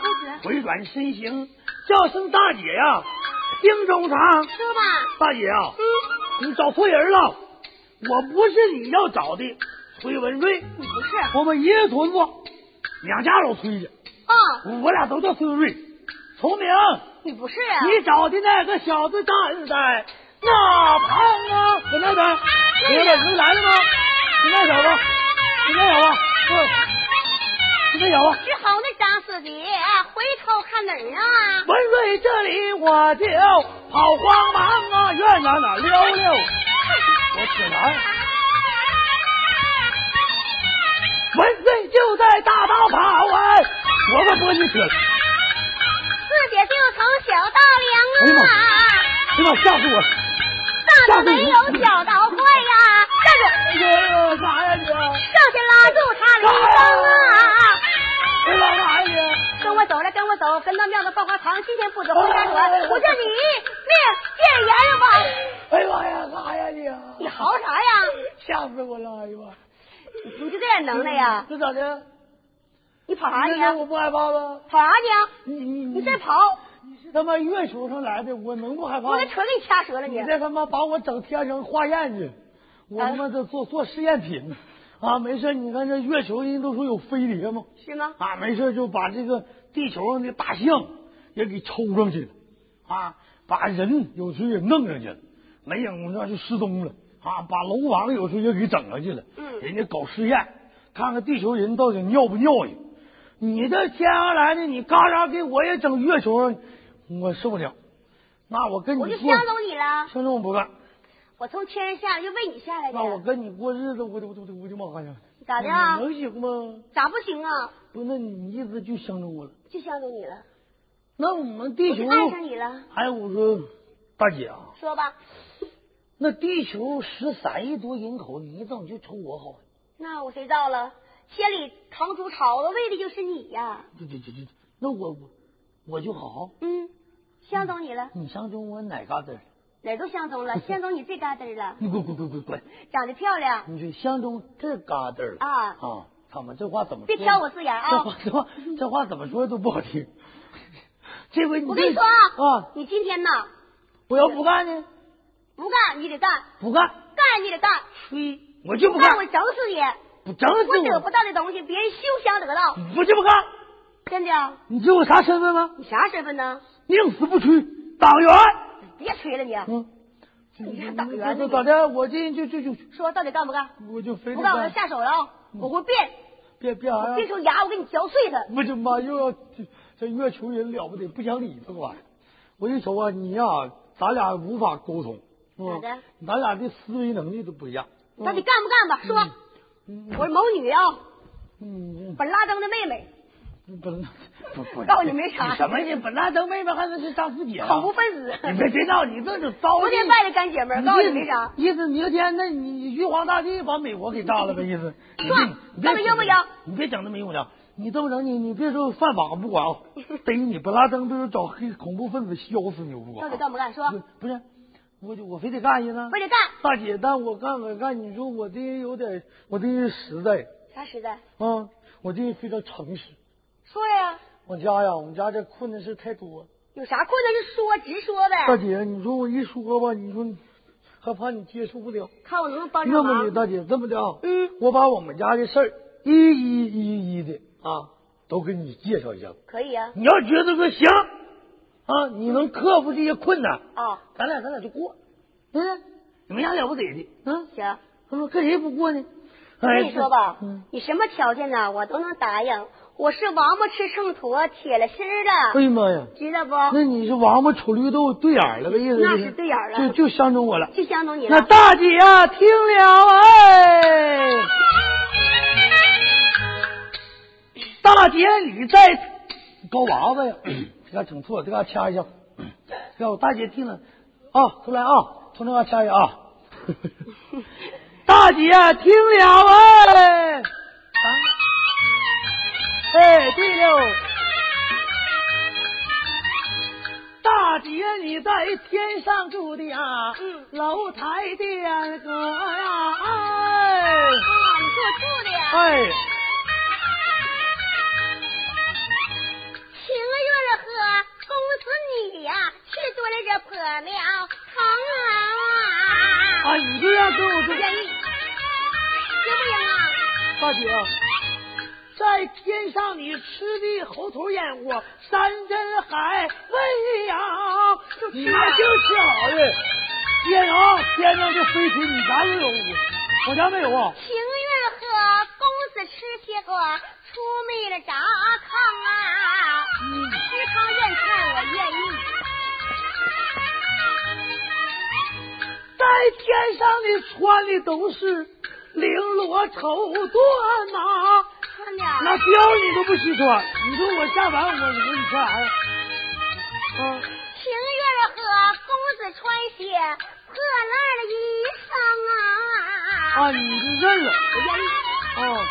[SPEAKER 2] 公子，
[SPEAKER 4] 回转身形，叫声大姐呀，丁中堂，
[SPEAKER 2] 说吧，
[SPEAKER 4] 大姐呀，
[SPEAKER 2] 嗯，
[SPEAKER 4] 你找错人了，我不是你要找的崔文瑞，
[SPEAKER 2] 你不是，
[SPEAKER 4] 我们一个屯子，两家老崔家，
[SPEAKER 2] 哦，
[SPEAKER 4] 我俩都叫崔文瑞，聪明，
[SPEAKER 2] 你不是，
[SPEAKER 4] 你找的那个小子蛋蛋，那胖啊，搁那边，你看老师来了吗？你那小子，你那小子，嗯，你那小子。
[SPEAKER 2] 是猴那张四姐，回头看哪儿啊？
[SPEAKER 4] 文瑞这里我就跑慌忙啊，愿哪哪溜溜。我起来，文瑞就在大道跑啊，我们多你扯。哎
[SPEAKER 2] 四姐就从小到
[SPEAKER 4] 哎呀
[SPEAKER 2] 梁啊，
[SPEAKER 4] 妈呀妈，吓死我了！
[SPEAKER 2] 大
[SPEAKER 3] 那可没有小刀快呀、
[SPEAKER 4] 哎
[SPEAKER 3] 站住！
[SPEAKER 4] 我啥呀你？啊
[SPEAKER 3] 上前拉住他的衣裳啊！
[SPEAKER 4] 你老哎啥呀你？啊
[SPEAKER 2] 跟我走来，跟我走，跟到庙子爆花堂，七天不得回家转。我叫你命见阎王，
[SPEAKER 4] 哎呀妈呀，啥呀你啊
[SPEAKER 2] 你？嚎啥呀？
[SPEAKER 4] 吓死我了！哎呀妈！
[SPEAKER 2] 你就这点能耐呀？
[SPEAKER 4] 那咋的？
[SPEAKER 2] 你跑啥
[SPEAKER 4] 那
[SPEAKER 2] 你
[SPEAKER 4] 那
[SPEAKER 2] 啊？
[SPEAKER 4] 我不害怕吗？
[SPEAKER 2] 跑啥你啊？
[SPEAKER 4] 你你
[SPEAKER 2] 你再跑，
[SPEAKER 4] 你是他妈月球上来的，我能不害怕吗？
[SPEAKER 2] 我的腿给你掐折了你
[SPEAKER 4] 嗯
[SPEAKER 2] 啊
[SPEAKER 4] 你！再他妈把我整天成化验去，我他妈这做做试验品啊！没事，你看这月球人都说有飞碟嘛，
[SPEAKER 2] 是吗？
[SPEAKER 4] 啊，没事就把这个地球上的大象也给抽上去了，啊，把人有时候也弄上去了，没影子就失踪了，啊，把楼王有时候也给整上去了，
[SPEAKER 2] 嗯
[SPEAKER 4] 人家搞实验，看看地球人到底尿不尿性。你这天上来的，你嘎嚓给我也整月球上，我受不了。那我跟你
[SPEAKER 2] 我就啊
[SPEAKER 4] 过
[SPEAKER 2] 吓走你了，
[SPEAKER 4] 听众不干，
[SPEAKER 2] 我从天上下来就为你下来
[SPEAKER 4] 那我
[SPEAKER 2] 的，
[SPEAKER 4] 跟你过日子，我就我就我就妈呀！
[SPEAKER 2] 哎咋的啊
[SPEAKER 4] 你能行吗？
[SPEAKER 2] 咋不行啊？
[SPEAKER 4] 不，那你意思就相中我了？
[SPEAKER 2] 就吓走你了，
[SPEAKER 4] 那我们地
[SPEAKER 2] 我
[SPEAKER 4] 球
[SPEAKER 2] 就，爱上你了。
[SPEAKER 4] 哎，我说大姐啊，
[SPEAKER 2] 说吧，
[SPEAKER 4] 那地球十三亿多人口，你怎么就瞅我好？
[SPEAKER 2] 那我谁到了？千里唐竹巢子为的就是你呀。
[SPEAKER 4] 这这这这，那我我我就好，
[SPEAKER 2] 嗯，相中你了，
[SPEAKER 4] 你相中我哪嘎达了？
[SPEAKER 2] 哪儿都相中了，相中你这嘎达儿了，
[SPEAKER 4] 你滚滚滚滚滚！
[SPEAKER 2] 长得漂亮，
[SPEAKER 4] 你说相中这嘎达了
[SPEAKER 2] 啊
[SPEAKER 4] 啊！他们这话怎么说
[SPEAKER 2] 别
[SPEAKER 4] 呢？
[SPEAKER 2] 挑我字眼啊
[SPEAKER 4] 这话这话这话怎么说都不好听。 这回你
[SPEAKER 2] 我
[SPEAKER 4] 这
[SPEAKER 2] 跟你说啊，
[SPEAKER 4] 啊，
[SPEAKER 2] 你今天呐
[SPEAKER 4] 我要不干呢？
[SPEAKER 2] 不干你得干，
[SPEAKER 4] 不干。
[SPEAKER 2] 干你得干，
[SPEAKER 4] 吹，我就不
[SPEAKER 2] 干我
[SPEAKER 4] 干，
[SPEAKER 2] 整死你！
[SPEAKER 4] 不整死嗯
[SPEAKER 2] 我得
[SPEAKER 4] 我
[SPEAKER 2] 不，到的东西，别人休想得到，
[SPEAKER 4] 我就不干。
[SPEAKER 2] 真的。啊
[SPEAKER 4] 你知道我啥身份吗？
[SPEAKER 2] 你啥身份呢？
[SPEAKER 4] 宁死不屈，党员。
[SPEAKER 2] 别吹了你，啊
[SPEAKER 4] 嗯，
[SPEAKER 2] 你是党员呢
[SPEAKER 4] 这
[SPEAKER 2] 你
[SPEAKER 4] 咋的？我这就就就
[SPEAKER 2] 说到底干不干？
[SPEAKER 4] 我就非
[SPEAKER 2] 不
[SPEAKER 4] 得
[SPEAKER 2] 干我就下手了啊！我会变，
[SPEAKER 4] 别别啥
[SPEAKER 2] 我变
[SPEAKER 4] 嗯呀！
[SPEAKER 2] 成牙，我给你嚼碎它。
[SPEAKER 4] 我的妈，又要这这月球人了不得，不讲理这玩意儿。我就瞅啊，你呀、咱俩无法沟通，嗯
[SPEAKER 2] 咋的？
[SPEAKER 4] 咱俩的思维能力都不一样。
[SPEAKER 2] 你到底干不干吧？说，我是某女啊，
[SPEAKER 4] 嗯，
[SPEAKER 2] 本拉登的妹妹，
[SPEAKER 4] 不不 不不，
[SPEAKER 2] 告诉你没啥
[SPEAKER 4] 什么你本拉登妹妹还能是丈夫姐啊？
[SPEAKER 2] 口不分子，
[SPEAKER 4] 你别别闹，你这就糟
[SPEAKER 2] 昨天
[SPEAKER 4] 践
[SPEAKER 2] 拜的干姐们儿，
[SPEAKER 4] 你
[SPEAKER 2] 告诉
[SPEAKER 4] 这
[SPEAKER 2] 你没啥。
[SPEAKER 4] 意思明天那你玉皇大帝把美国给炸了呗？意思。你别
[SPEAKER 2] 算
[SPEAKER 4] 你别
[SPEAKER 2] 那么硬不硬
[SPEAKER 4] 你别整那么硬不硬，你这么整你你别说犯法不管啊，逮你本拉登不是找黑恐怖分子削死你不管
[SPEAKER 2] 到
[SPEAKER 4] 啊？
[SPEAKER 2] 底干不干？说，
[SPEAKER 4] 不不是，我就我非得干意思。
[SPEAKER 2] 非得干。
[SPEAKER 4] 大姐，但我干我干，你说我这人有点，我这人实在
[SPEAKER 2] 啥时代？
[SPEAKER 4] 啊，我这人非常诚实。
[SPEAKER 2] 说呀，
[SPEAKER 4] 我家呀，我们家这困难事太多。
[SPEAKER 2] 有啥困难就说，直说
[SPEAKER 4] 大
[SPEAKER 2] 呗。
[SPEAKER 4] 姐，你说我一说吧，你说还怕你接受不了。
[SPEAKER 2] 看我能不能帮上
[SPEAKER 4] 那么的，
[SPEAKER 2] 忙。
[SPEAKER 4] 大姐，这么的啊，
[SPEAKER 2] 嗯，
[SPEAKER 4] 我把我们家的事儿一一一一的啊，都给你介绍一下。
[SPEAKER 2] 可以呀。
[SPEAKER 4] 你要觉得说行啊，你能克服这些困难，
[SPEAKER 2] 啊，
[SPEAKER 4] 咱俩咱俩就过，嗯，也没啥了不得的，嗯，
[SPEAKER 2] 行。
[SPEAKER 4] 他说跟谁不过呢？
[SPEAKER 2] 我跟你说吧
[SPEAKER 4] 嗯，，
[SPEAKER 2] 你什么条件呢，我都能答应。我是王八吃秤砣，铁了心儿
[SPEAKER 4] 哎
[SPEAKER 2] 的，
[SPEAKER 4] 呀妈呀，
[SPEAKER 2] 知道不？
[SPEAKER 4] 那你是王八杵绿豆对眼儿了呗？意思
[SPEAKER 2] 啊那
[SPEAKER 4] 就是
[SPEAKER 2] 对眼儿了
[SPEAKER 4] 就就相中我了。
[SPEAKER 2] 就相中你
[SPEAKER 4] 那
[SPEAKER 2] 了。
[SPEAKER 4] 大姐啊，听了哎。大姐，你在高 娃子呀？这嘎整错，这嘎掐一下。这我大姐听了啊，出来啊，从这嘎掐一 下啊。大姐听了哎，啊哎，对了，
[SPEAKER 1] 大姐，你在天上住的啊，楼台的哥呀、哎
[SPEAKER 3] 啊，你做醋的呀？
[SPEAKER 1] 哎，
[SPEAKER 3] 情愿喝，公子你呀、吃多了这破苗疼啊！
[SPEAKER 1] 啊，你这样跟我
[SPEAKER 3] 不
[SPEAKER 1] 说，
[SPEAKER 3] 愿意，行不行啊？
[SPEAKER 1] 大姐啊，在天上你吃的猴头烟火，山珍海味呀、
[SPEAKER 3] 就是啊
[SPEAKER 1] 那就哎吃好的。爹娘，
[SPEAKER 4] 啊
[SPEAKER 1] 天上就飞禽，你家就有不？我家没有啊。
[SPEAKER 3] 情愿喝，公子吃些个出卖了炸炕啊！吃糠咽菜我愿意。
[SPEAKER 1] 在天上的穿的都是绫罗绸缎呐、
[SPEAKER 3] 真的啊，
[SPEAKER 1] 那貂你都不惜穿。你说我下班我我你哎穿啥呀？啊，
[SPEAKER 3] 情愿喝，公子穿些
[SPEAKER 2] 破烂的衣裳啊！哎
[SPEAKER 4] 啊，你是这儿了。哦，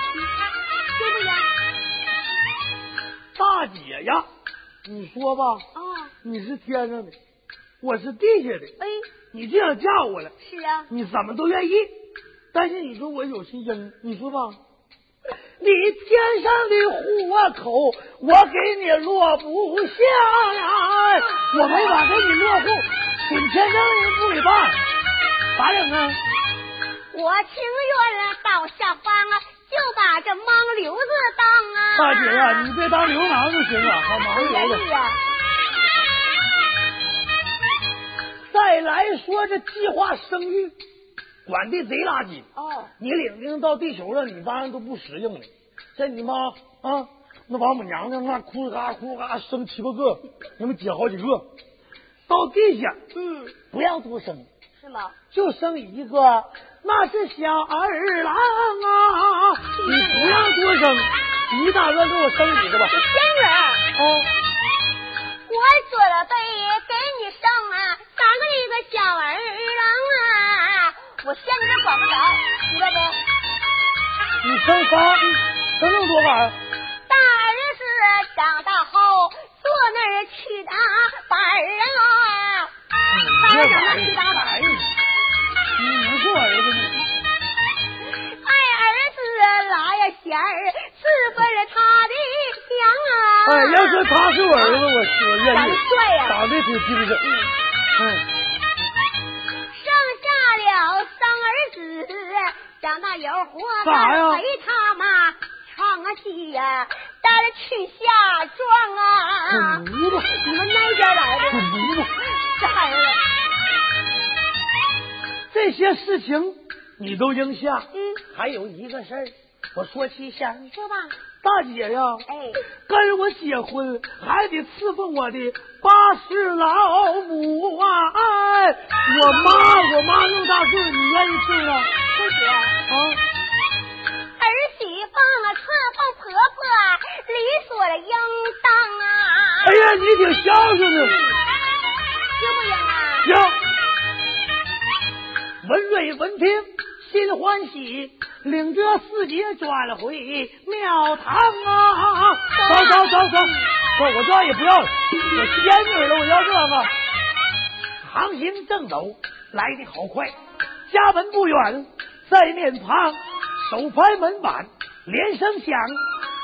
[SPEAKER 2] 对不呀？哎
[SPEAKER 4] 大姐呀，你说吧，
[SPEAKER 2] 哦，
[SPEAKER 4] 你是天上的，我是地下的，
[SPEAKER 2] 哎，
[SPEAKER 4] 你这样嫁我了，
[SPEAKER 2] 是啊，
[SPEAKER 4] 你怎么都愿意。但是你说我有心人，你说吧，你天上的活口，我给你落不下来，我没法给你落户，滚天上人不给办，咋整啊？
[SPEAKER 2] 我情愿啊到下方啊，就把这盲流子当啊！
[SPEAKER 4] 大姐呀、你别当流氓就行了，好忙啊
[SPEAKER 2] 不
[SPEAKER 4] 流
[SPEAKER 2] 愿
[SPEAKER 4] 了。
[SPEAKER 2] 意哎呀。哎
[SPEAKER 4] 再来说这计划生育，管的贼垃圾。
[SPEAKER 2] 哦，
[SPEAKER 4] 你领兵到地球了，你当然都不适应了。像你妈啊，那王母娘娘那哭嘎哭嘎生七八个，你们姐好几个，到地下
[SPEAKER 2] 嗯，
[SPEAKER 4] 不让多生，
[SPEAKER 2] 是吗？
[SPEAKER 4] 就生一个，那是小儿郎啊！你不让多生，你打算给我生几个吧
[SPEAKER 2] 这？仙人。啊
[SPEAKER 4] 哦，
[SPEAKER 2] 哎我做了背，给你生啊，长个一个小儿郎啊，我现在管不着，知道不？
[SPEAKER 4] 你生仨，生那么多玩意儿，
[SPEAKER 2] 大儿子长大后坐那儿去打板儿啊，大
[SPEAKER 4] 你嗯这
[SPEAKER 2] 儿长
[SPEAKER 4] 玩
[SPEAKER 2] 大去打板儿。
[SPEAKER 4] 意儿哎呀你能是我儿子吗？
[SPEAKER 2] 二儿子拉呀弦儿，是不是他的娘啊？
[SPEAKER 4] 哎，要说他是我儿子，我我愿
[SPEAKER 2] 长
[SPEAKER 4] 意
[SPEAKER 2] 得。帅呀、
[SPEAKER 4] 长得挺精神。嗯，
[SPEAKER 2] 生下了三儿子，长大有活
[SPEAKER 4] 干啥呀
[SPEAKER 2] 干陪他妈唱啊戏呀、带着去下庄啊
[SPEAKER 4] 滚。犊子，
[SPEAKER 2] 你们那边来
[SPEAKER 4] 滚
[SPEAKER 2] 的，
[SPEAKER 4] 犊子！
[SPEAKER 2] 这孩子，
[SPEAKER 4] 这些事情你都应下。
[SPEAKER 2] 嗯，
[SPEAKER 4] 还有一个事儿，我说起想
[SPEAKER 2] 你说吧，
[SPEAKER 4] 大姐呀，
[SPEAKER 2] 哎，
[SPEAKER 4] 跟我结婚还得侍奉我的八世老母啊！哎，我妈，我妈用大棍，你愿意吃吗？
[SPEAKER 2] 不行，
[SPEAKER 4] 啊，
[SPEAKER 2] 儿媳妇啊，伺奉婆婆啊，理所应当啊。
[SPEAKER 4] 哎呀，你挺孝顺的。
[SPEAKER 2] 行不行啊？
[SPEAKER 4] 行，闻瑞闻听心欢喜，领着四姐转回庙堂啊！走走走走，不，我这也不要了，我仙女了，我要这个。行行正走，来的好快，家门不远，在面旁，手拍门板，连声响，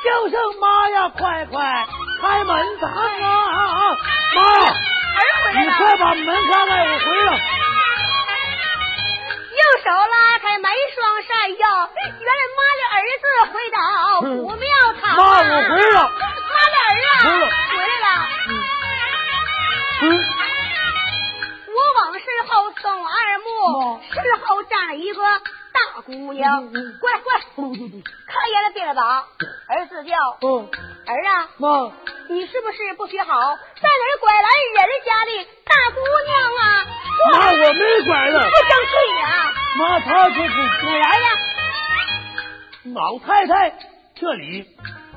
[SPEAKER 4] 叫声妈呀，快快开门堂啊！妈呀！
[SPEAKER 2] 儿回来
[SPEAKER 4] 你
[SPEAKER 2] 了。
[SPEAKER 4] 快把门开开，我回来。
[SPEAKER 2] 右手拉开门双扇右，原来妈的儿子回到古庙堂、啊。
[SPEAKER 4] 妈，我回来。
[SPEAKER 2] 妈的儿啊，回来了。
[SPEAKER 4] 嗯，
[SPEAKER 2] 我往事后送二
[SPEAKER 4] 妈
[SPEAKER 2] 目，事后站了一个大姑娘
[SPEAKER 4] 哦嗯嗯，
[SPEAKER 2] 乖乖，
[SPEAKER 4] 不不不，
[SPEAKER 2] 看爷了别了吧。儿子叫
[SPEAKER 4] 嗯，
[SPEAKER 2] 儿啊，
[SPEAKER 4] 妈，
[SPEAKER 2] 你是不是不学好，在哪儿拐来人家的大姑娘啊？
[SPEAKER 4] 妈，我没拐
[SPEAKER 2] 不
[SPEAKER 4] 了。
[SPEAKER 2] 争气啊！
[SPEAKER 4] 妈，她这是
[SPEAKER 2] 你来呀！
[SPEAKER 4] 老太太这里，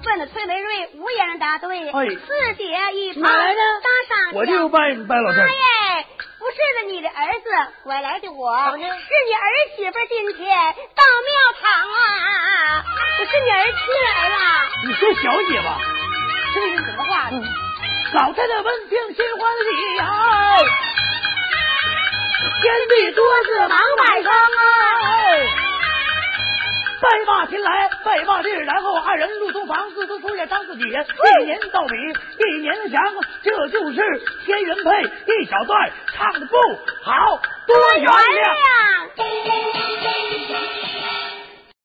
[SPEAKER 2] 问了崔梅瑞，无言的答对。
[SPEAKER 4] 哎
[SPEAKER 2] 四姐一旁
[SPEAKER 4] 哪来的
[SPEAKER 2] 搭上
[SPEAKER 4] 我就拜你拜老太
[SPEAKER 2] 妈
[SPEAKER 4] 太。
[SPEAKER 2] 耶！不是的，你的儿子拐来的我，是你儿媳妇今天到庙堂啊，我是你儿亲来了。
[SPEAKER 4] 你是小姐吧？嗯
[SPEAKER 2] 这是什么话？
[SPEAKER 4] 老太太闻听心欢喜啊！天地多子忙百丈啊！拜罢天来，拜罢地，然后二人入洞房，各自出演当自己哎人。一年到底，一年祥，这就是天元配一小段，唱的不好，多原谅。
[SPEAKER 2] 原谅。